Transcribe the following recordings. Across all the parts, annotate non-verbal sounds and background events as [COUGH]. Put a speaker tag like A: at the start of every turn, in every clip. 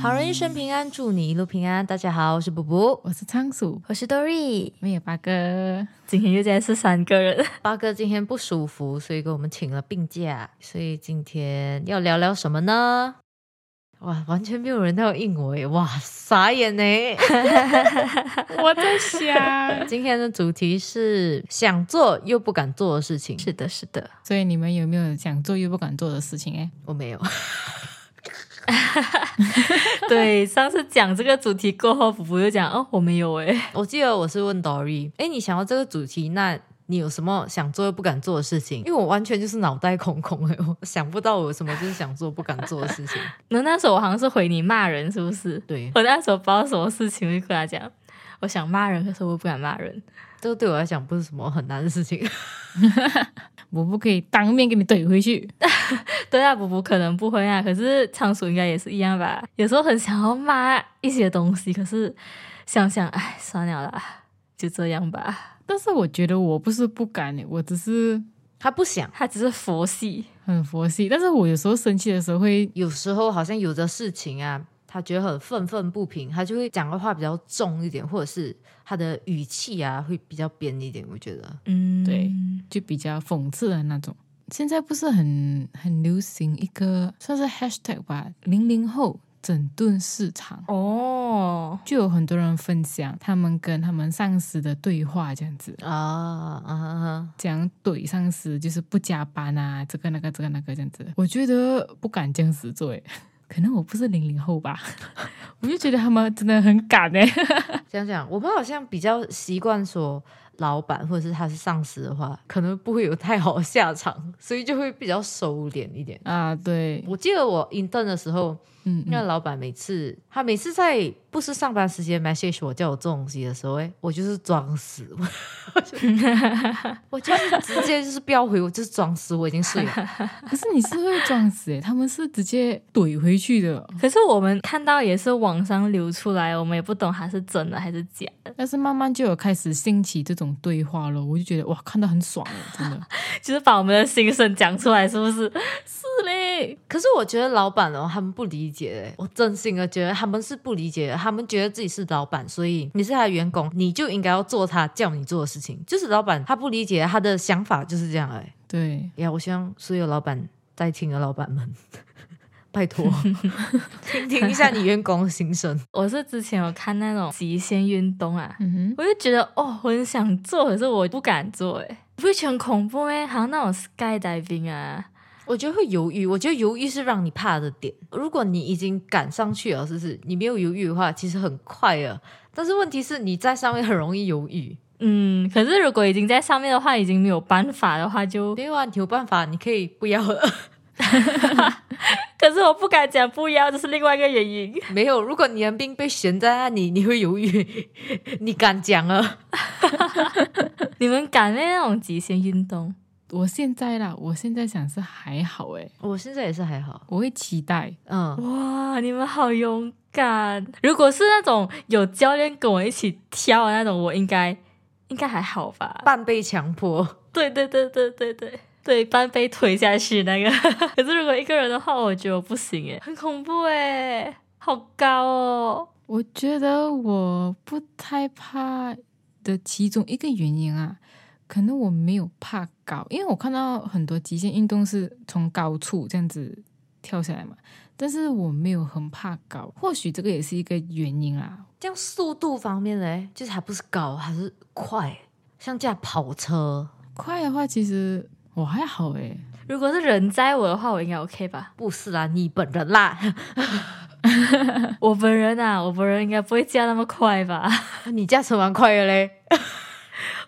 A: 好人一生平安，祝你一路平安。大家好，我是布布，
B: 我是仓鼠，
A: 我是 Dory。
B: 我也八哥，
C: 今天又再是三个人，
A: 八哥今天不舒服，所以给我们请了病假。所以今天要聊聊什么呢？哇，完全没有人要应我耶！哇，傻眼呢。 [LAUGHS]
B: 我在想，
A: 今天的主题是想做又不敢做的事情。
C: 是的，是的，
B: [LAUGHS] 所以你们有没有想做又不敢做的事情？哎，
A: 我没有，
C: [LAUGHS] 对，上次讲这个主题过后，福福又讲哦，我没有哎，
A: 我记得我是问 Dory，哎，你想要这个主题，那你有什么想做又不敢做的事情？因为我完全就是脑袋空 [LAUGHS] 空哎，我想不到我有什么就是想做不敢做的事情。
C: [LAUGHS]
A: [LAUGHS]
C: 那那时候我好像是回你骂人，是不是？ [LAUGHS]
A: 对，
C: 我那时候不知道什么事情，我就跟他讲，我想骂人，可是我又不敢骂人。 [LAUGHS]
A: 这个对我来讲不是什么很难的事情。 [LAUGHS]
B: 我不可以当面给你怼回去。
C: 对啊，补补可能不会啊，可是仓鼠应该也是一样吧。有时候很想要骂一些东西，可是想想，哎，算了啦，就这样吧。
B: 但是我觉得我不是不敢，欸我只是
A: 他不想，
C: 他只是佛系，
B: 很佛系。但是我有时候生气的时候会，
A: 有时候好像有的事情啊，他觉得很愤愤不平，他就会讲的话比较重一点，或者是他的语气啊会比较扁一点。我觉得
C: 嗯，
B: 对就比较讽刺的那种。现在不是很很流行一个算是 hashtag 吧，零零后整顿市场，
C: 哦，
B: 就有很多人分享他们跟他们上司的对话这样子。
A: 啊啊，
B: 这样怼上司，就是不加班啊，这个那个这个那个这样子。我觉得不敢这样子做，欸诶， [LAUGHS] 可能我不是零零后吧， [LAUGHS] 我就觉得他们真的很欸敢诶。
A: 这样讲，我们好像比较习惯说老板或者是他是上司的话，可能不会有太好的下场，所以就会比较收敛一点。
B: 啊，对，
A: 我记得我 intern 的时候，
B: 嗯，
A: 那老板每次他每次在不是上班时间 message 我叫我做东西的时候，哎，我就是装死，我就我就是直接就是不要回，我就是装死，我已经睡了。
B: [LAUGHS] 可是你是会装死欸诶，他们是直接怼回去的。
C: 可是我们看到也是网上流出来，我们也不懂它是真的还是假的，
B: 但是慢慢就有开始兴起这种对话了，我就觉得哇，看到很爽诶，真 [LAUGHS] 的。
C: 就是把我们的心声讲出来，是不是？ [LAUGHS] 是嘞，
A: 可是我觉得老板哦，他们不理解欸，我真心的觉得他们是不理解的，他们觉得自己是老板，所以你是他的员工，你就应该要做他叫你做的事情。就是老板他不理解，他的想法就是这样哎。
B: 对，
A: 呀，我希望所有老板在听的老板们， [LAUGHS] 拜托听听一下你员工的心声。
C: 我是之前有看那种极限运动啊，
B: 嗯哼，
C: 我就觉得哦，我很想做，可是我不敢做，哎，你不会觉得很恐怖哎？好像那种 skydiving 啊，
A: 我觉得会犹豫，我觉得犹豫是让你怕的点。如果你已经赶上去了，是不是？你没有犹豫的话，其实很快了。但是问题是你在上面很容易犹豫。
C: 嗯，可是如果已经在上面的话，已经没有办法的话就，
A: 没有啊，你有办法，你可以不要 [LAUGHS] 了。
C: 可是我不敢讲不要，这是另外一个原因。 [LAUGHS]
A: 没有，如果你的兵被悬在那里，你会犹豫， [LAUGHS] 你敢讲啊？
C: 你们敢咩那种极限运动？
B: 我现在啦，我现在想是还好诶，
A: 我现在也是还好，
B: 我会期待。
A: 嗯，
C: 哇，你们好勇敢！如果是那种有教练跟我一起跳的那种，我应该应该还好吧？
A: 半被强迫。
C: 对对对对对对对，半被推下去那个。 [LAUGHS] 可是如果一个人的话，我觉得我不行诶，很恐怖诶，好高哦！
B: 我觉得我不太怕的其中一个原因啊，可能我没有怕高，因为我看到很多极限运动是从高处这样子跳下来嘛，但是我没有很怕高，或许这个也是一个原因啦。
A: 这样速度方面嘞，就是还不是高，还是快，像架跑车
B: 快的话，其实我还好欸诶，
C: 如果是人载我的话，我应该 OK 吧？
A: 不是啦，你本人啦， [LAUGHS]
C: 我本人啊，我本人应该不会驾那么快吧？
A: 你驾车蛮快的嘞。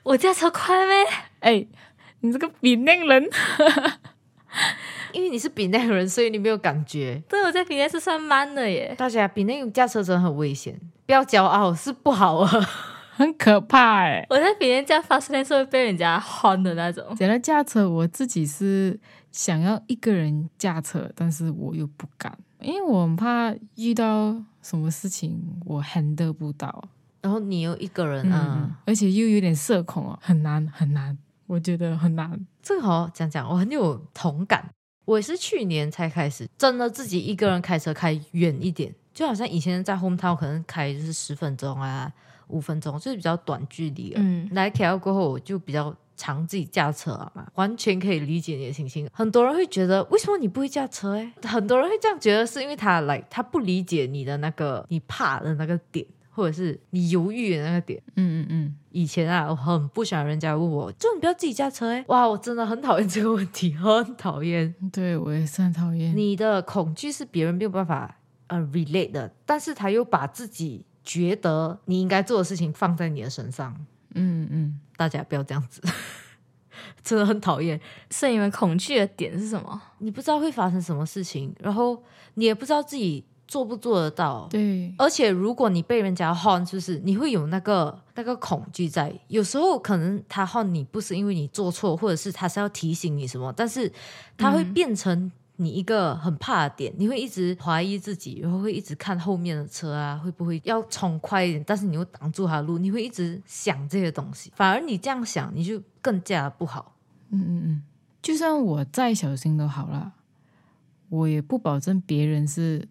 C: 我驾车快咩？
B: 哎，你这个比那人， [LAUGHS]
A: 因为你是比那个人，所以你没有感觉。
C: 对，我在比赛是算慢的耶。
A: 大家比那种驾车真的很危险，不要骄傲是不好啊。
B: 很可怕欸诶。
C: 我在别人家发生的时候被人家轰的那种，
B: 讲到驾车，我自己是想要一个人驾车，但是我又不敢，因为我很怕遇到什么事情我 handle 不到，
A: 然后你又一个人
B: 嗯，
A: 啊，
B: 而且又有点社恐哦，很难很难，我觉得很难。
A: 这个好讲讲，我很有同感。我也是去年才开始，真的自己一个人开车开远一点，就好像以前在 home town 可能开就是十分钟啊、五分钟，就是比较短距离了。
C: 嗯，
A: 来 KL 过后，我就比较常自己驾车啊嘛，完全可以理解你的情形。很多人会觉得，为什么你不会驾车、欸？哎，很多人会这样觉得，是因为他来他不理解你的那个你怕的那个点，或者是你犹豫的那个点。
B: 嗯嗯嗯，
A: 以前啊，我很不喜欢人家问我，就你不要自己驾车、欸。哇，我真的很讨厌这个问题，很讨厌。
B: 嗯对我也是很讨厌。
A: 你的恐惧是别人没有办法呃 relate 的，但是他又把自己觉得你应该做的事情放在你的身上。
B: 嗯嗯，
A: 大家不要这样子， [LAUGHS] 真的很讨厌。
C: 所以你们恐惧的点是什么？
A: 你不知道会发生什么事情，然后你也不知道自己做不做得到。
B: 对，
A: 而且如果你被人家 hon，就是你会有那个那个恐惧在。有时候可能他 hon 你不是因为你做错，或者是他是要提醒你什么，但是他会变成你一个很怕的点，你会一直怀疑自己，然后会一直看后面的车啊，会不会要冲快一点，但是你又挡住他的路，你会一直想这些东西。反而你这样想，你就更加不好。
B: 嗯嗯嗯，就算我再小心都好啦，我也不保证别人是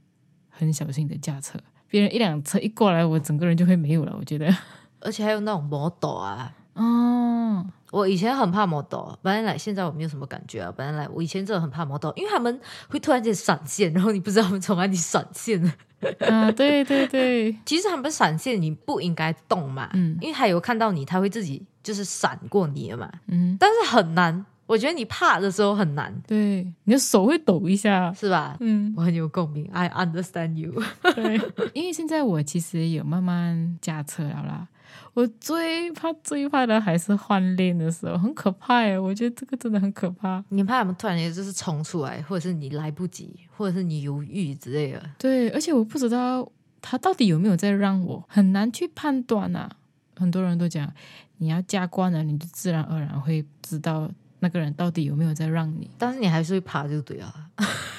B: 很小心的驾车。别人一辆车一过来，我整个人就会没有了。我觉得， [LAUGHS]
A: 而且还有那种摩托啊，
B: 哦，
A: 我以前很怕摩托，本来现在我没有什么感觉啊。本来我以前真的很怕摩托，因为他们会突然间闪现，然后你不知道他们从哪里闪现 [LAUGHS] 的。
B: [LAUGHS] 啊，对对对，
A: 其实他们闪现你不应该动嘛，
B: 嗯
A: 因为他有看到你，他会自己就是闪过你的嘛。
B: 嗯，
A: 但是很难，我觉得你怕的时候很难，
B: 对，你的手会抖一下，
A: 是吧？
B: 嗯，
A: 我很有共鸣，I understand you。 [LAUGHS]
B: 对，因为现在我其实有慢慢驾车了啦。我最怕最怕的还是换链的时候，很可怕耶！我觉得这个真的很可怕。
A: 你怕他们突然间就是冲出来，或者是你来不及，或者是你犹豫之类的。
B: 对，而且我不知道他到底有没有在让我，很难去判断啊。很多人都讲，你要加惯了，你就自然而然会知道那个人到底有没有在让你。
A: 但是你还是会怕就对了。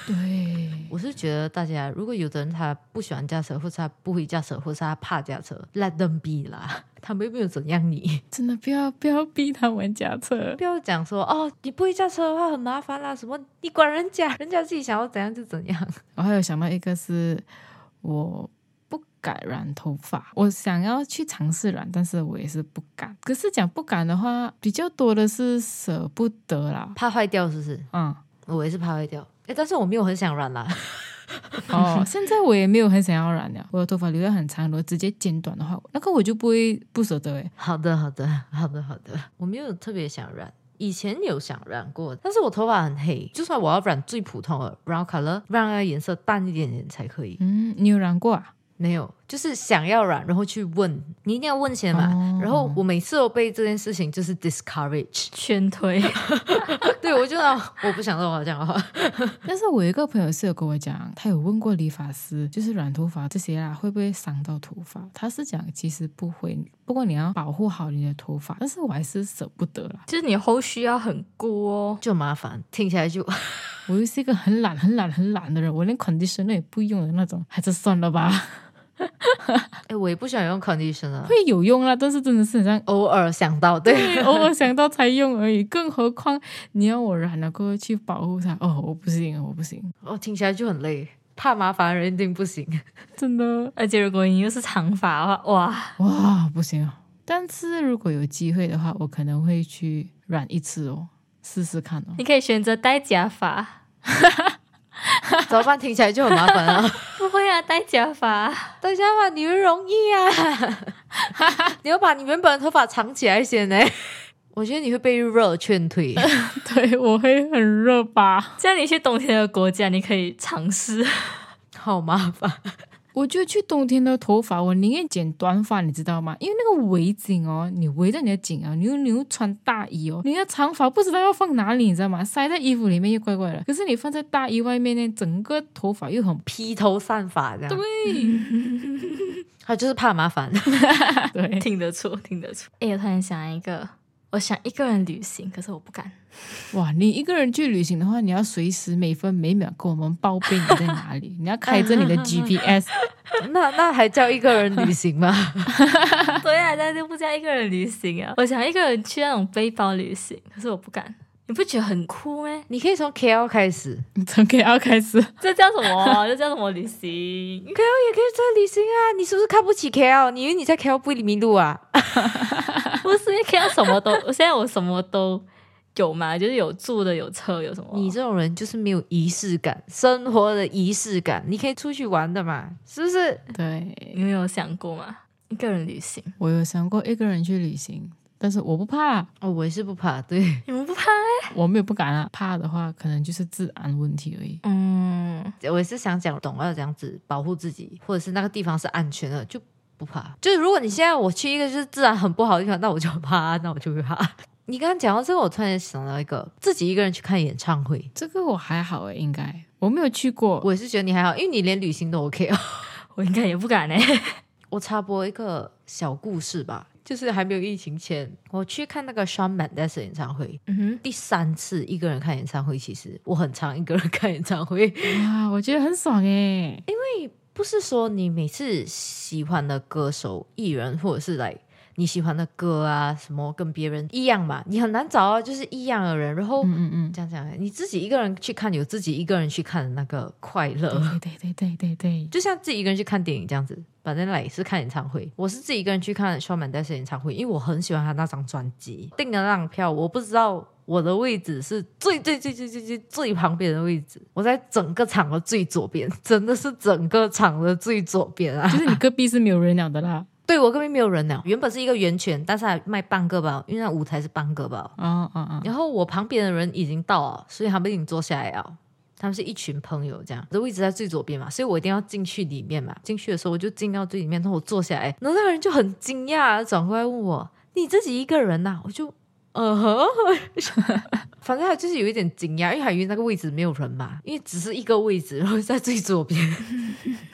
B: 对，
A: 我是觉得大家，如果有的人他不喜欢驾车，或者他不会驾车，或者他怕驾车，let them be 啦， [LAUGHS] 他们又没有怎样你。
B: 真的不要不要逼他们驾车。
A: 不要讲说哦，你不会驾车的话很麻烦啦，什么你管人家，人家自己想要怎样就怎样。
B: 我还有想到一个是，我不敢染头发，我想要去尝试染，但是我也是不敢。可是讲不敢的话，比较多的是舍不得啦。
A: 怕坏掉是不是？
B: 嗯，
A: 我也是怕坏掉，诶，但是我没有很想染啦。 [LAUGHS]
B: 哦， [LAUGHS] 现在我也没有很想要染了，我的头发留得很长，如果直接剪短的话，那个我就不会不舍得欸诶。
A: 好的，好的，好的，好的，我没有特别想染。以前有想染过，但是我头发很黑，就算我要染最普通的 brown color，让它颜色淡一点点才可以。
B: 嗯，你有染过啊？
A: 没有，就是想要染，然后去问，你一定要问先嘛。
B: 哦
A: 然后我每次都被这件事情就是 [LAUGHS] discourage，
C: 劝退， [LAUGHS]
A: 对我就想我不想让我这样的话，
B: 但是我有一个朋友是有跟我讲，他有问过理发师，就是染头发这些啦，啊会不会伤到头发？他是讲其实不会，不过你要保护好你的头发，但是我还是舍不得啦。
C: 就是你后续要很顾哦。
A: [LAUGHS] 就麻烦，听起来就啊
B: 我又是一个很懒、很懒、很懒的人，我连 conditioner 也不用的那种，还是算了吧。 [LAUGHS]
A: 哎，我也不想用 conditioner，
B: 会有用啦，啊但是真的是很像
A: [LAUGHS] 偶尔想到，对，
B: 对，偶尔想到才用而已。更何况你要我染了过后去保护它，哦，我不行，我不行，
A: 哦，听起来就很累，怕麻烦人一定不行。
B: 真的，
C: 而且如果你又是长发的话，哇，
B: 哇，不行啊！但是如果有机会的话，我可能会去染一次哦，试试看哦。
C: 你可以选择戴假发。
A: [LAUGHS] 怎么办？听起来就很麻烦啊。
C: 不会啊，戴假发。
A: [LAUGHS] 等一下嘛，你们容易啊， [LAUGHS] 你要把你原本的头发藏起来先呢。 [LAUGHS] 我觉得你会被热劝退，
B: [LAUGHS] 对，我会很热吧？
C: 这样你去冬天的国家，你可以尝试。
A: [LAUGHS] 好麻烦。
B: 我就去冬天的头发，我宁愿剪短发，你知道吗？因为那个围巾哦，你围着你的颈啊，你又你又穿大衣哦，你的长发不知道要放哪里，你知道吗？塞在衣服里面又怪怪的，可是你放在大衣外面呢，整个头发又很
A: 披头散发这样。对，他就是怕麻烦。
B: 对。
C: 听得出，听得出。哎、我突然想到一个，我想一个人旅行，可是我不 [LAUGHS] 敢。
B: 哇，你一个人去旅行的话，你要随时每分每秒跟我们报备你在哪里，你要开着你的 GPS。
A: [LAUGHS] 那那还叫一个人旅行吗？
C: 对啊，但是不叫一个人旅行啊。我想一个人去那种背包旅行，可是我不敢。你不觉得很酷吗？
A: [LAUGHS] 你可以从 KL 开始
B: 你从 K L 开始，
C: 这叫什么？这叫什么旅行？
A: ，KL 也可以在旅行啊。你是不是看不起 KL？你以为你在 KL 不会迷路啊？
C: 不是，因为看到什么都，我现在我什么都有嘛，就是有住的，有车，有什么？
A: 你这种人就是没有仪式感，生活的仪式感。你可以出去玩的嘛，是不是？
B: 对
C: 你没有想过吗？一个人旅行，
B: 我有想过一个人去旅行，但是我不怕，
A: 哦，我也是不怕，对，
C: 你们不怕欸？
B: 我没有不敢啊。怕的话，可能就是治安问题而已。
C: 嗯，
A: 我也是想讲懂要这样子保护自己，或者是那个地方是安全的，就不怕。就是如果你现在我去一个就是治安很不好的地方，那我就怕， [LAUGHS] 那我就会怕。你刚刚讲到这个，我突然想到一个，自己一个人去看演唱会，
B: 这个我还好诶，欸应该我没有去过。
A: 我也是觉得你还好，因为你连旅行都 OK 哦。
C: 我应该也不 [LAUGHS] 敢呢、
A: 我插播一个小故事吧，就是还没有疫情前，我去看那个 Shawn Mendes 的演唱会，
C: 嗯哼，
A: 第三次一个人看演唱会。其实我很常一个人看演唱会，
B: 哇，我觉得很爽欸诶。
A: 不是说你每次喜欢的歌手、艺人，或者是来你喜欢的歌啊，什么跟别人一样嘛，你很难找到就是一样的人。然后、
B: 嗯嗯
A: 这样讲，你自己一个人去看，有自己一个人去看的那个快乐。
B: 嗯，对对对对对对，
A: 就像自己一个人去看电影这样子，反正来是看演唱会。我是自己一个人去看 Shawn Mendes 的演唱会，因为我很喜欢他那张专辑，订的那张票，我不知道我的位置是最最最最最最最旁边的位置，我在整个场的最左边，真的是整个场的最左边啊！
B: 就是你隔壁是没有人了的啦。
A: 对我根本没有人了，原本是一个圆圈，但是还卖半个包，因为那舞台是半个包。
B: 哦哦哦，
A: 然后我旁边的人已经到了，所以他们已经坐下来了。他们是一群朋友这样，我的位置在最左边嘛，所以我一定要进去里面嘛。进去的时候我就进到最里面，然后我坐下来，然后那个人就很惊讶，转过来问我：“你自己一个人呐、我就。嗯哼， [LAUGHS] 反正他就是有一点惊讶，因为海云那个位置没有人嘛，因为只是一个位置，然后在最左边。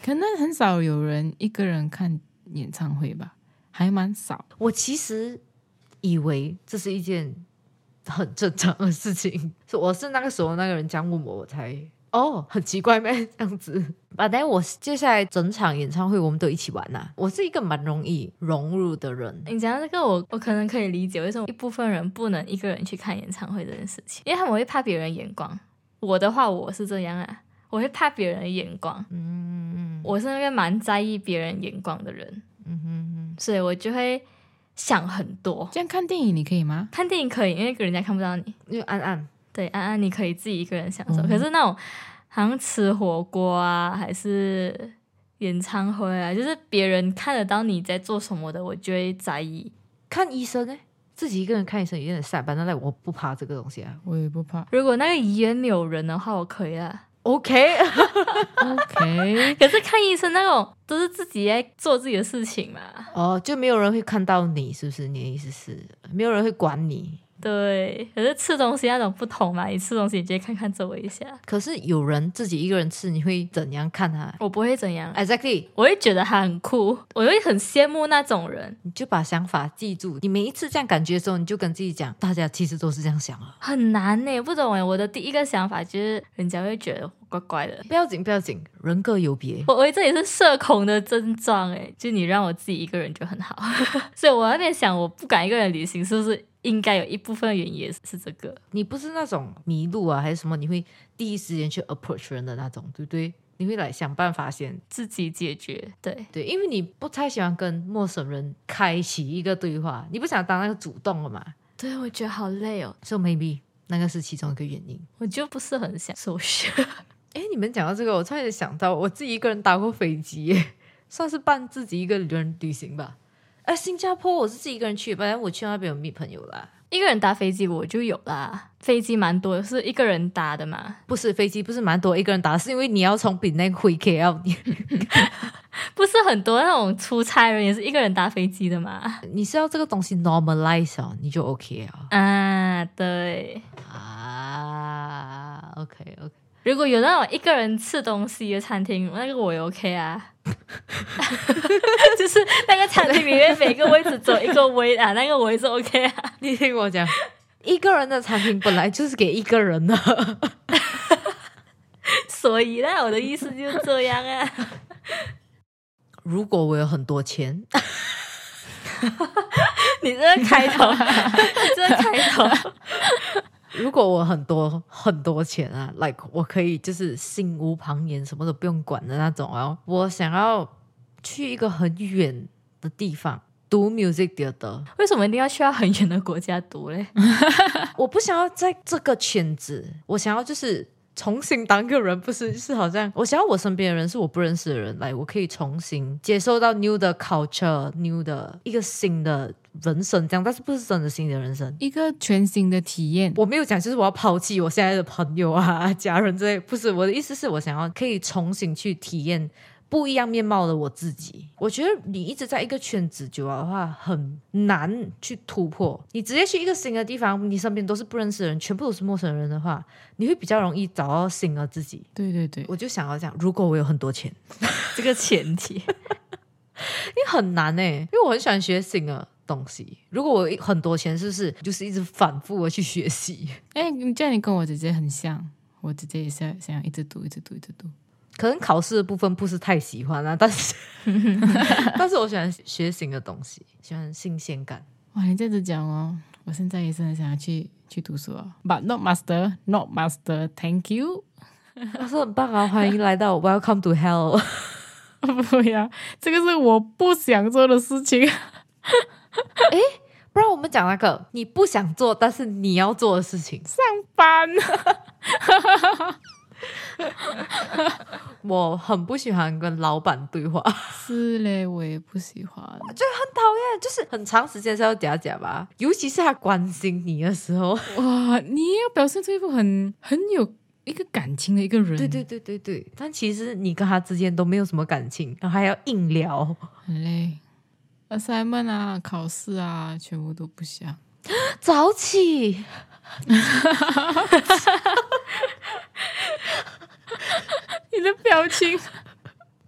B: 可能很少有人一个人看演唱会吧，还蛮少。
A: 我其实以为这是一件很正常的事情，是我是那个时候那个人这样问我，我才哦，很奇怪咩 [LAUGHS] 这样子。反正我接下来整场演唱会我们都一起玩呐、啊我是一个蛮容易融入的人。
C: 你讲到这个我，我可能可以理解为什么一部分人不能一个人去看演唱会这件事情，因为他们会怕别人眼光。我的话，我是这样啊，我会怕别人的眼光。
A: 嗯
C: 我是那个蛮在意别人眼光的人，
A: 嗯哼
C: 所以我就会想很多。
B: 这样看电影你可以吗？
C: 看电影可以，因为人家看不到你。
A: 哼，因为安安
C: 对，安安你可以自己一个人享受。
B: 嗯
C: 可是那种好像吃火锅啊，还是演唱会啊，就是别人看得到你在做什么的，我就会在意。。
A: 看医生呢，自己一个人看医生有点傻反正来我不怕这个东西啊。
B: 我也不怕
C: 如果那个医院没有人的话，我可以啊啦。
A: OK，
B: [LAUGHS] OK，
C: [LAUGHS] 可是看医生那种都是自己在做自己的事情嘛。
A: [LAUGHS] 哦，就没有人会看到你，是不是？你的意思是没有人会管你？
C: 对，可是吃东西那种不同嘛，你吃东西你就会看看周围一下，
A: 可是有人自己一个人吃，你会怎样看他
C: 我不会怎样。
A: ？Exactly，
C: 哎我会觉得他很酷，我会很羡慕那种人，
A: 你就把想法记住。你每一次这样感觉的时候，你就跟自己讲，大家其实都是这样想啊。
C: 很难呢，不懂哎。我的第一个想法就是，人家会觉得我怪怪的。
A: 不要紧，不要紧，人各有别。
C: 我我这也是社恐的症状哎，就你让我自己一个人就很好， [LAUGHS] 所以我在那边想，我不敢一个人旅行，是不是应该有一部分原因也是这个？
A: 你不是那种迷路啊，还是什么，你会第一时间去 approach 人的那种，对不对？你会来想办法先
C: 自己解决，对，
A: 对，因为你不太喜欢跟陌生人开启一个对话，你不想当那个主动的嘛。
C: 对我觉得好累哦，
A: So maybe 那个是其中一个原因。
C: 我就不是很想 [LAUGHS] social。
A: 哎，你们讲到这个，我突然想到，我自己一个人搭过飞机 [LAUGHS] 耶，算是半自己一个人旅行吧。哎，新加坡我是自己一个人去，反正我去那边有 meet 朋友啦。
C: 一个人搭飞机我就有啦，飞机蛮多的，是一个人搭的嘛， [LAUGHS]
A: 不是飞机，不是蛮多一个人搭，是因为你要从比内回 KL，你 [LAUGHS]
C: 不是很多那种出差人也是一个人搭飞机的嘛。
A: 你是要这个东西 normalize 哦，你就 OK 啊
C: 啊，对，
A: 啊，OK OK，
C: 如果有那种一个人吃东西的餐厅，那个我也 OK 啊。 [LAUGHS] 就是那个餐厅里面每个位置只有一个位啊，那个我也是 OK 啊。
A: [LAUGHS] 你听我讲，一个人的餐厅本来就是给一个人的，
C: 所以呢，我的意思就是这样啊。 [LAUGHS]
A: 如果我有很多钱，
C: [LAUGHS] 你这个开头，你这个开头，
A: 如果我很多很多钱啊，like 我可以就是心无旁骛，什么都不用管的那种啊。我想要去一个很远的地方读 music theater，
C: 为什么一定要去到很远的国家读 [LAUGHS] 嘞？
A: 我不想要在这个圈子，我想要就是重新当个人，不是就是好像我想要我身边的人是我不认识的人来，我可以重新接受到 new 的 culture，new 的一个新的人生这样，但是不是真的新的人生。
B: 一个全新的体验。
A: 我没有讲，就是我要抛弃我现在的朋友啊、家人之类，不是我的意思是我想要可以重新去体验不一样面貌的我自己。我觉得你一直在一个圈子久了的话，很难去突破。你直接去一个新的地方，你身边都是不认识的人，全部都是陌生人的话，你会比较容易找到新的自己。
B: 对对对，
A: 我就想要讲，如果我有很多钱，
C: 这个前提，
A: 因为很难诶、因为我很喜欢学新的东西。如果我有很多钱，是不是就是一直反复的去学习？
B: 哎，你这样你跟我姐姐很像，我姐姐也是想要一直读，一直读，一直读。
A: 可能考试的部分不是太喜欢啊，但 [LAUGHS] 是但是我喜欢学新的东西，喜欢新鲜感。
B: 哇，你这样子讲哦，我现在也是很想要去去读书哦。But not master, not master. Thank you [LAUGHS]
A: 我说很棒啊，欢迎来到 Welcome to Hell。
B: 不要，这个是我不想做的事情。
A: [LAUGHS]
B: [LAUGHS]
A: 不然我们讲那个你不想做但是你要做的事情。
B: 班
A: 我很不喜欢跟老板对话，
B: 是嘞，我也不喜欢。
A: 就是很长时间是要假假吧，尤其是他关心你的时候。
B: 哇，你要表现出一副很很有一个感情的一个人，
A: 对对，对对对，但其实你跟他之间都没有什么感情，然后还要硬聊。
B: 很累。assignment 啊，考试啊，全部都不想。
A: 早起。
B: 你的表情，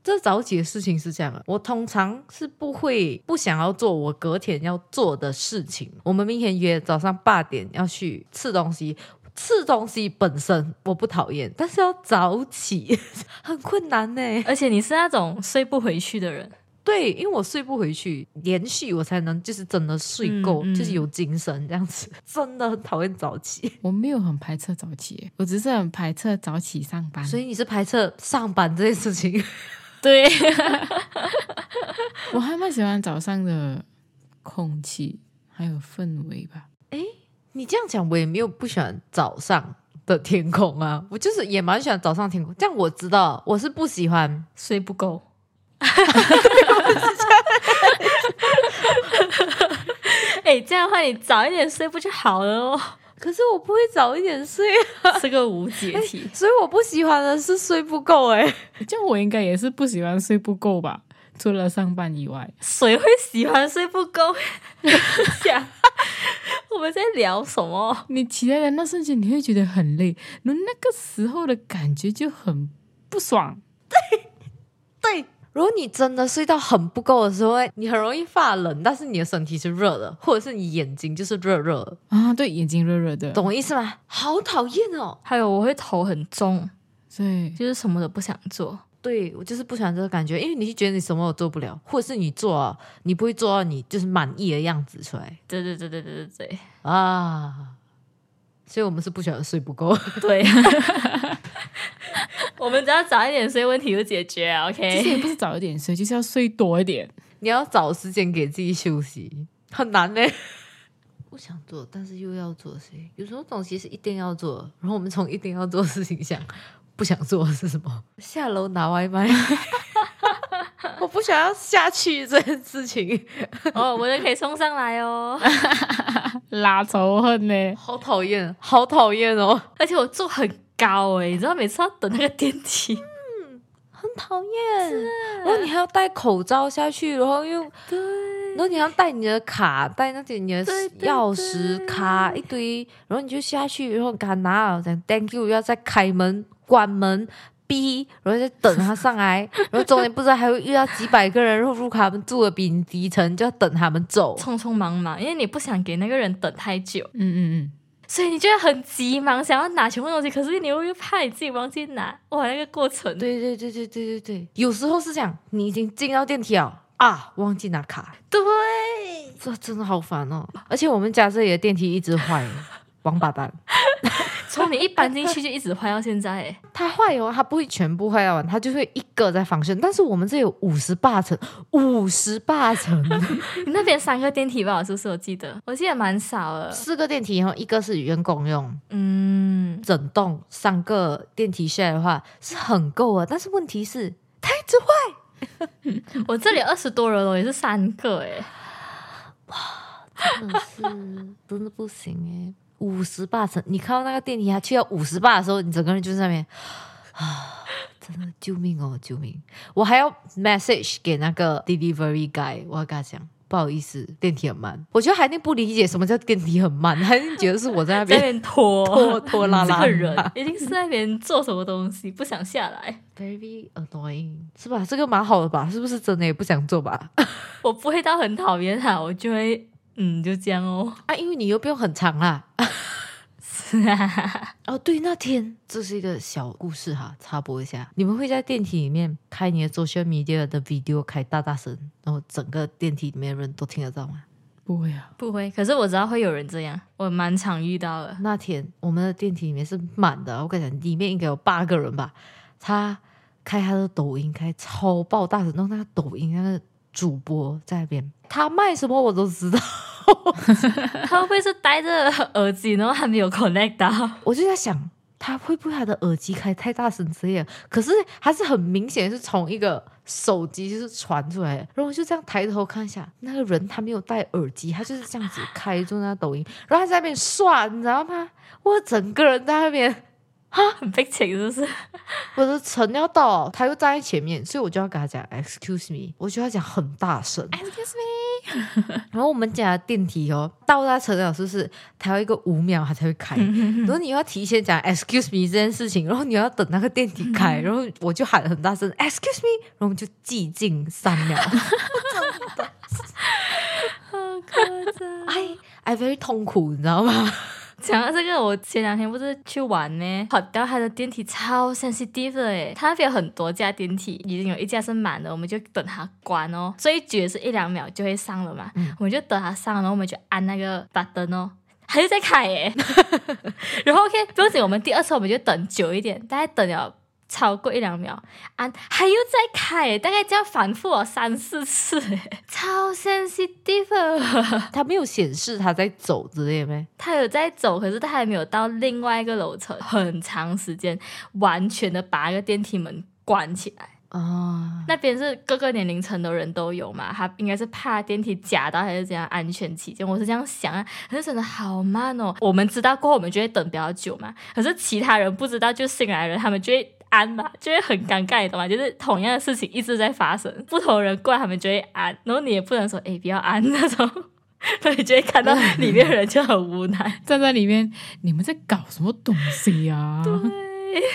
A: 这早起的事情是这样的，啊我通常是不会不想要做我隔天要做的事情。我们明天约早上八点要去吃东西，吃东西本身我不讨厌，但是要早起 [LAUGHS] 很困难呢。
C: 而且你是那种睡不回去的人，
A: 对，因为我睡不回去，连续我才能就是真的睡够，
C: 嗯嗯
A: 就是有精神这样子，真的很讨厌早起。
B: [LAUGHS] 我没有很排斥早起，我只是很排斥早起上班。
A: 所以你是排斥上班这件事情，
C: 对，
B: [LAUGHS] 我还蛮喜欢早上的空气，还有氛围吧。
A: 你这样讲，我也没有不喜欢早上的天空啊， [LAUGHS] 我就是也蛮喜欢早上天空。这样我知道我是不喜欢，
C: 睡不 [LAUGHS] 够。哎、这样的话你早一点睡不就好了 [LAUGHS] 哦？
A: 可是我不会早一点睡，
C: 这个无解题。
A: 所以我不喜欢的是睡不够哎、
B: 这样我应该也是不喜欢睡不够吧？除了上班以外，
C: 谁会喜欢睡不够？ [LAUGHS] 想我们在聊什么？
B: 你起来的那瞬间，你会觉得很累，那那个时候的感觉就很不爽。
A: [LAUGHS] 对，如果你真的睡到很不够的时候，哎你很容易发冷，但是你的身体是热的，或者是你眼睛就是热热的，
B: 啊，对，眼睛热热的，
A: 懂我意思吗？好讨厌哦！
C: 还有我会头很重，
B: 对，
C: 就是什么都不想做。
A: 对我就是不喜欢这个感觉，因为你就觉得你什么都做不了，或者是你做啊你不会做到啊你就是满意的样子出来
C: 对对对对对对
A: 啊，所以我们是不喜欢睡不够。 [LAUGHS]
C: 对对。我们只要早一点睡，问题就解决啊。
B: 其实
C: OK，
B: 也不是早一点睡，就是要睡多一点。
A: 你要找时间给自己休息，很难呢。不想做，但是又要做的事情，有时候东西是一定要做的，然后我们从一定要做的事情想，不想做的是什么？下楼拿外卖。 [LAUGHS] 我不想要下去这件事情，
C: 哦，我就可以送上来哦。
B: 拉仇恨呢？
A: [LAUGHS] 好讨厌，好讨厌哦，
C: 而且我坐很高哎、你知道每次要等那个电梯，
A: 很讨厌。然后你还要戴口罩下去，然后又，
C: 对，
A: 然后你还要带你的卡，带那些你的
C: 对对
A: 钥匙
C: 对
A: 卡一堆，然后你就下去，然后给他拿了，讲 Thank you，要再开门、关门、逼，然后再等他上来， [LAUGHS] 然后中间不知道还会遇到几百个人，然后如果他们住的比你低层，就要等他们走。
C: 匆匆忙忙，因为你不想给那个人等太久，
B: 嗯嗯
C: 所以你就会很急忙想要拿全部东西，可是你又又怕你自己忘记拿，哇，那个过程，
A: [LAUGHS] 对对对对对对对，有时候是这样，你已经进到电梯了啊，忘记拿卡，
C: 对，
A: 这真的好烦哦！而且我们家这里的电梯一直坏，王八蛋。
C: 从你一搬进去就一直坏到现在，哎
A: 它坏哦，它不会全部坏完，它就会一个在防线。但是我们这有五十八层，五十八层，
C: 你那边三个电梯吧，是不是？我记得，我记得蛮少的。
A: 四个电梯，然后一个是员工用，
C: 嗯，
A: 整栋三个电梯下来的话是很够啊。但是问题是，它一直坏，
C: 我这里二十多人，我哦也是三个，哎，
A: [LAUGHS] 真的是真的不行哎。五十八层，你看到那个电梯，它去到五十八的时候，你整个人就在那边 [SIGHS] 啊，真的救命哦，救命！我还要 message 给那个 delivery guy，我要跟他讲。不好意思，电梯很慢。我觉得海宁不理解什么叫电梯很慢，海宁觉得是我在那
C: [LAUGHS] 在那
A: 边
C: 边拖
A: 拖拖拉拉
C: 这个 [LAUGHS] 人一定是在那边做什么东西，不想下来。
A: very annoying，是吧？这个蛮好的吧？是不是真的也不想做吧？
C: 我不会到很讨厌他，我就会嗯，就这样哦。
A: 啊，因为你又不用很长啦。
C: 是啊，
A: 哦，对，那天这是一个小故事哈，插播一下。你们会在电梯里面开你的 social media 的 video 开大大声，然后整个电梯里面的人都听得到吗？
B: 不会啊，
C: 不会。可是我知道会有人这样，我蛮常遇到的。
A: 那天我们的电梯里面是满的，我跟你讲，里面应该有八个人吧。他开他的抖音，开超爆大声，然后那个抖音那个主播在那边，他卖什么我都知道。
C: 他会不会是戴着耳机，然后还没有 connect 到？ [LAUGHS]
A: 我就在想，他会不会他的耳机开太大声之类的？可是还是很明显是从一个手机就是传出来的。然后我就这样抬头看一下，那个人他没有戴耳机，他就是这样子开住那抖音，然后他在那边刷，你知道吗？我整个人在那边，
C: 很悲情是不是？
A: 我的唇要到，他又站在前面，所以我就要跟他讲 “excuse me”，我就要讲很大声。
C: Excuse me，
A: 然后我们家的电梯哦，到达陈老师是它要一个五秒它才会
C: [LAUGHS]
A: 开，然后你又要提前讲 excuse me 这件事情，然后你要等那个电梯
C: [LAUGHS]
A: 开，然后我就喊得很大声 excuse me，然后我们就寂静三秒。
C: 好夸张。
A: 哎哎，very 痛苦，你知道吗？
C: 讲到这个，我前两天不是去玩呢，跑到它的电梯超 sensitive 的诶，它那边有很多架电梯，已经有一架是满的，我们就等它关哦，最绝是一两秒就会上了嘛，我们就等它上，然后我们就按那个 button 哦。它就在开耶， [LAUGHS] 然后 OK 不用紧，我们第二次我们就等久一点，大概等了超过一两秒，按还又在开耶，大概这样反复了三四次耶，超 sensitive 的。
A: 它没有显示它在走之类的咩？
C: 他有在走，可是他还没有到另外一个楼层，很长时间，完全的把那个电梯门关起来。
A: 啊，
C: 那边是各个年龄层的人都有嘛，他应该是怕电梯夹到还是怎样安全起见，我是这样想啊。可是真的好慢哦，我们知道过后我们就会等比较久嘛，可是其他人不知道就新来的人他们就会。安嘛，就会很尴尬，你懂吗？就是同样的事情一直在发生，不同人过来他们就会安，然后你也不能说诶不要安那种， [LAUGHS] 所以就会看到里面的人就很无奈。
B: 站在里面，你们在搞什么东西啊？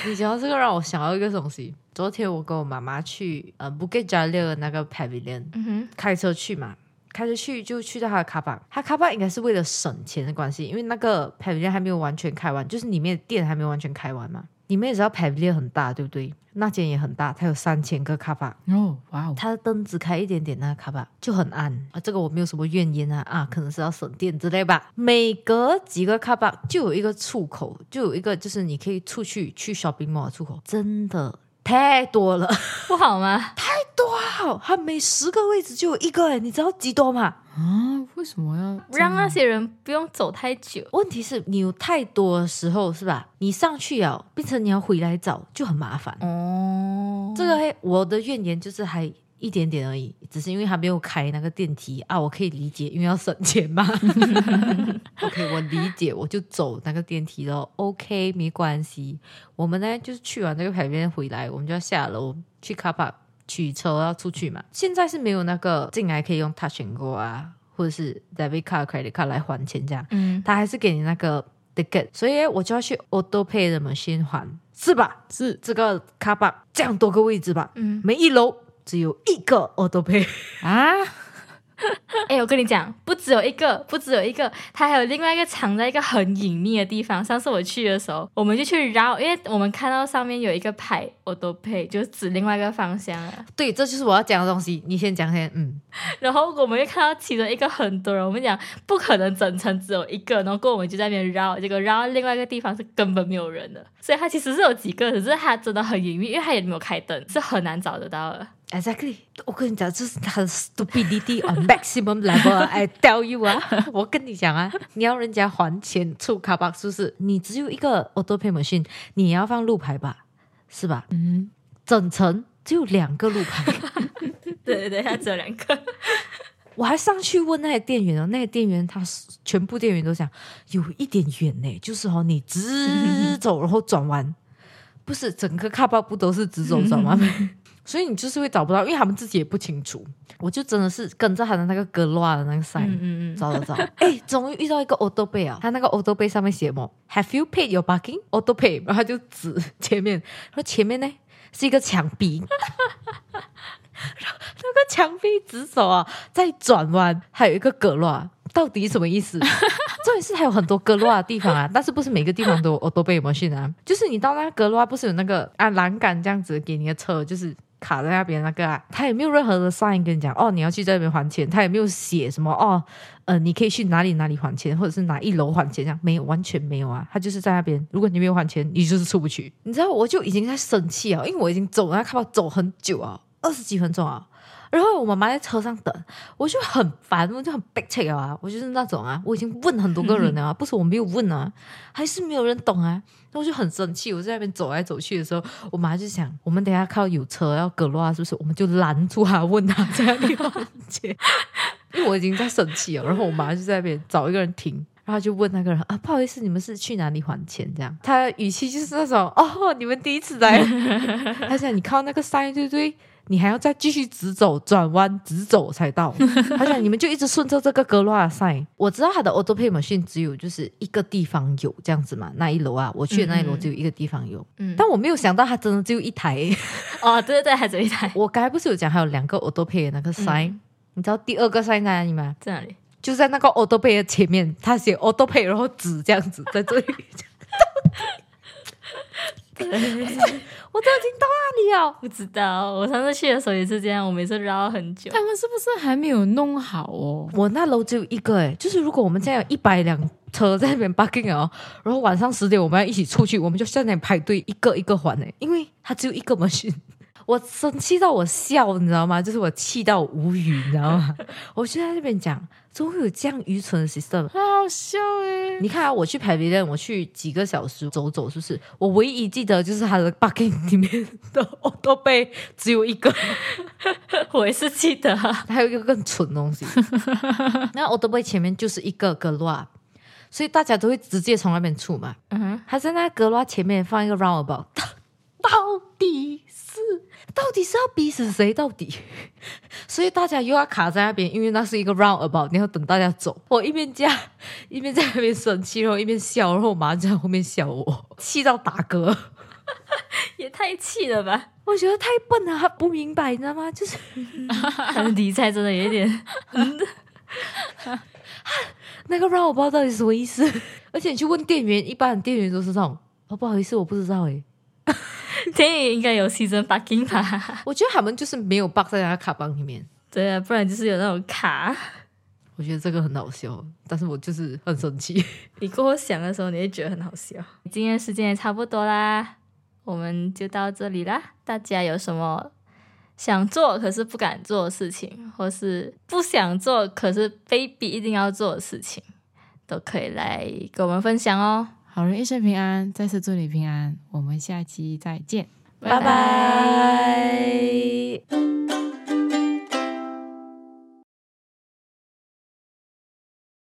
A: 你讲到这个让我想到一个东西。昨天我跟我妈妈去呃 Bukit Jalil 的那个 Pavilion，
C: 嗯哼，
A: 开车去嘛，开车去就去到他的卡巴，他卡巴应该是为了省钱的关系，因为那个 pavilion 还没有完全开完，就是里面的店还没有完全开完嘛。你们也知道 pavilion 很大，对不对？那间也很大，它有三千个卡巴，
B: 哦，哇哦，
A: 它的灯只开一点点，那个卡巴就很暗啊。这个我没有什么怨言啊啊，可能是要省电之类吧。每隔几个卡巴就有一个出口，就有一个就是你可以出去去 shopping mall 的出口，真的太多了。 [LAUGHS]
C: 不好吗？
A: 哇，它每十个位置就有一个，你知道几多吗？
B: 啊，为什么要这样
C: 让那些人不用走太久。
A: 问题是你有太多的时候是吧？你上去啊，变成你要回来找就很麻烦。
C: 哦
A: 这个还我的怨言就是还一点点而已，只是因为他没有开那个电梯啊，我可以理解，因为要省钱嘛。OK，我理解，我就走那个电梯咯。OK，没关系。我们呢就是去完这个排便回来，我们就要下楼去 car park 取车要出去嘛。现在是没有那个进来可以用 Touch and Go 啊，或者是 debit card、credit card 来还钱这样。
C: 嗯，
A: 他还是给你那个 ticket，所以我就要去 auto pay 的 machine 还，是吧？
B: 是
A: 这个卡吧这样多个位置吧，
C: 嗯，
A: 每一楼只有一个 auto pay，
B: 啊？
C: 哎、我跟你讲，不只有一个，不只有一个，它还有另外一个藏在一个很隐秘的地方。上次我去的时候，我们就去绕，因为我们看到上面有一个牌，我都配，就是指另外一个方向 [LAUGHS] 啊。
A: 对，这就是我要讲的东西。你先讲先，嗯，
C: 然后我们又看到其中一个很多人，我们讲不可能整层只有一个，然后过后我们就在那边绕，结果绕到另外一个地方是根本没有人的，所以它其实是有几个，只是它真的很隐秘，因为它也没有开灯，是很难找得到的。
A: Exactly，我跟你讲，这是他的 stupidity on maximum level 啊。I tell you
B: [LAUGHS]
A: 啊，我跟你讲啊，你要人家还钱出卡吧，是不是？你只有一个 auto pay machine，你也要放路牌吧，是吧？
B: 嗯，
A: 整层只有两个路牌，
C: 对对对，它只有两个。
A: 我还上去问那个店员哦，那个店员他全部店员都讲有一点远呢，就是哦，你直走然后转弯，不是整个卡巴不都是直走转弯吗？ [LAUGHS] 所以你就是会找不到，因为他们自己也不清楚。我就真的是跟着他的那个格罗的那个 sign，、
C: 嗯嗯嗯，
A: 找找找， [LAUGHS] 哎、终于遇到一个 auto pay 啊！他那个 auto pay 上面写什么？Have you paid your parking auto pay？然后他就指前面，然后前面呢是一个墙壁，然后那个墙壁直走啊，再转弯，还有一个格落，到底什么意思？ [LAUGHS] 重点是还有很多格落的地方啊，但是不是每个地方都有 auto pay machine 啊？就是你到那个格落，不是有那个啊栏杆这样子给你的车，就是。卡在那边那个啊，他也没有任何的 sign 跟你讲哦，你要去这边还钱，他也没有写什么哦，呃，你可以去哪里哪里还钱，或者是哪一楼还钱，这样没有，完全没有啊。他就是在那边，如果你没有还钱，你就是出不去。你知道，我就已经在生气啊，因为我已经走那看到走很久啊，二十几分钟啊。然后我妈妈在车上等，我就很烦，我就很 b i c 啊，我就是那种啊，我已经问很多个人了、啊，不是我没有问啊，还是没有人懂啊，那我就很生气。我在那边走来走去的时候，我妈就想，我们等一下靠有车要格罗啊，是不是？我们就拦住他，问他在那里环节，因为我已经在生气哦了。然后我妈就在那边找一个人停。然后就问那个人啊，不好意思，你们是去哪里还钱？这样，他的语气就是那种哦，你们第一次来， [LAUGHS] 他想你靠那个山，对不对？你还要再继续直走、转弯、直走才到。他讲你们就一直顺着这个格罗的 sign。我知道他的 auto pay machine 只有就是一个地方有这样子嘛，那一楼啊，我去的那一楼只有一个地方有，
C: 嗯
A: 但我没有想到他真的只有一台。 [LAUGHS]
C: 哦，对对对，还只有一台
A: 我刚才不是有讲还有两个 auto pay 的那个 sign，、你知道第二个 sign 在哪里吗？
C: 在哪里？
A: 就在那个 auto pay 的前面，他写 auto pay，然后纸这样子在这里。
C: [LAUGHS]
A: 我都已经到那里了，
C: 哦不知道，我上次去的时候也是这样，我每次绕很久。
B: 他们是不是还没有弄好哦？
A: [LAUGHS] 我那楼只有一个哎、就是如果我们现在有一百辆车在那边 parking 哦，然后晚上十点我们要一起出去，我们就在那里排队一个一个还哎、因为它只有一个 machine。我 [LAUGHS] 生气到我笑，你知道吗？就是我气到无语，你知道吗？ [LAUGHS] 我就在那边讲，怎么会有这样愚蠢的 system？
B: 很好笑欸诶，
A: 你看啊，我去 Pavilion，我去几个小时走走，是不是？我唯一记得就是它的 bucket 里面的 [LAUGHS] auto 杯只有一个，
C: [LAUGHS] 我也是记得，
A: 还有一个更蠢的 [LAUGHS] 东西。那 auto 杯前面就是一个格罗，啊所以大家都会直接从那边出嘛。
C: 嗯哼，
A: 他在那个格罗啊前面放一个 roundabout，到到底是到底是要逼死谁到底？所以大家又要卡在那边，因为那是一个 roundabout，你要等大家走。我一边加一边在那边生气，然后一边笑，然后我妈就在后面笑我，气到打嗝。
C: 也太气了吧！
A: 我觉得太笨了，他不明白，你知道吗？就是
C: 他的理财真的有一点，
A: 那个 roundabout 到底是什么意思？ [LAUGHS] 而且你去问店员，一般的店员都是这种，哦，不好意思，我不知道诶、
C: [LAUGHS]
A: 欸
C: 天宇应该有 season parking 吧？
A: 我觉得他们就是没有 bug 在他的卡邦里面。
C: 对啊，不然就是有那种卡。
A: 我觉得这个很好笑，但是我就是很生气。
C: 你过后想的时候，你会觉得很好笑。今天时间也差不多啦，我们就到这里啦。大家有什么想做可是不敢做的事情，或是不想做可是非逼一定要做的事情，都可以来跟我们分享哦。
B: 好人一生平安，再次祝你平安，我们下期再见。
A: 拜拜。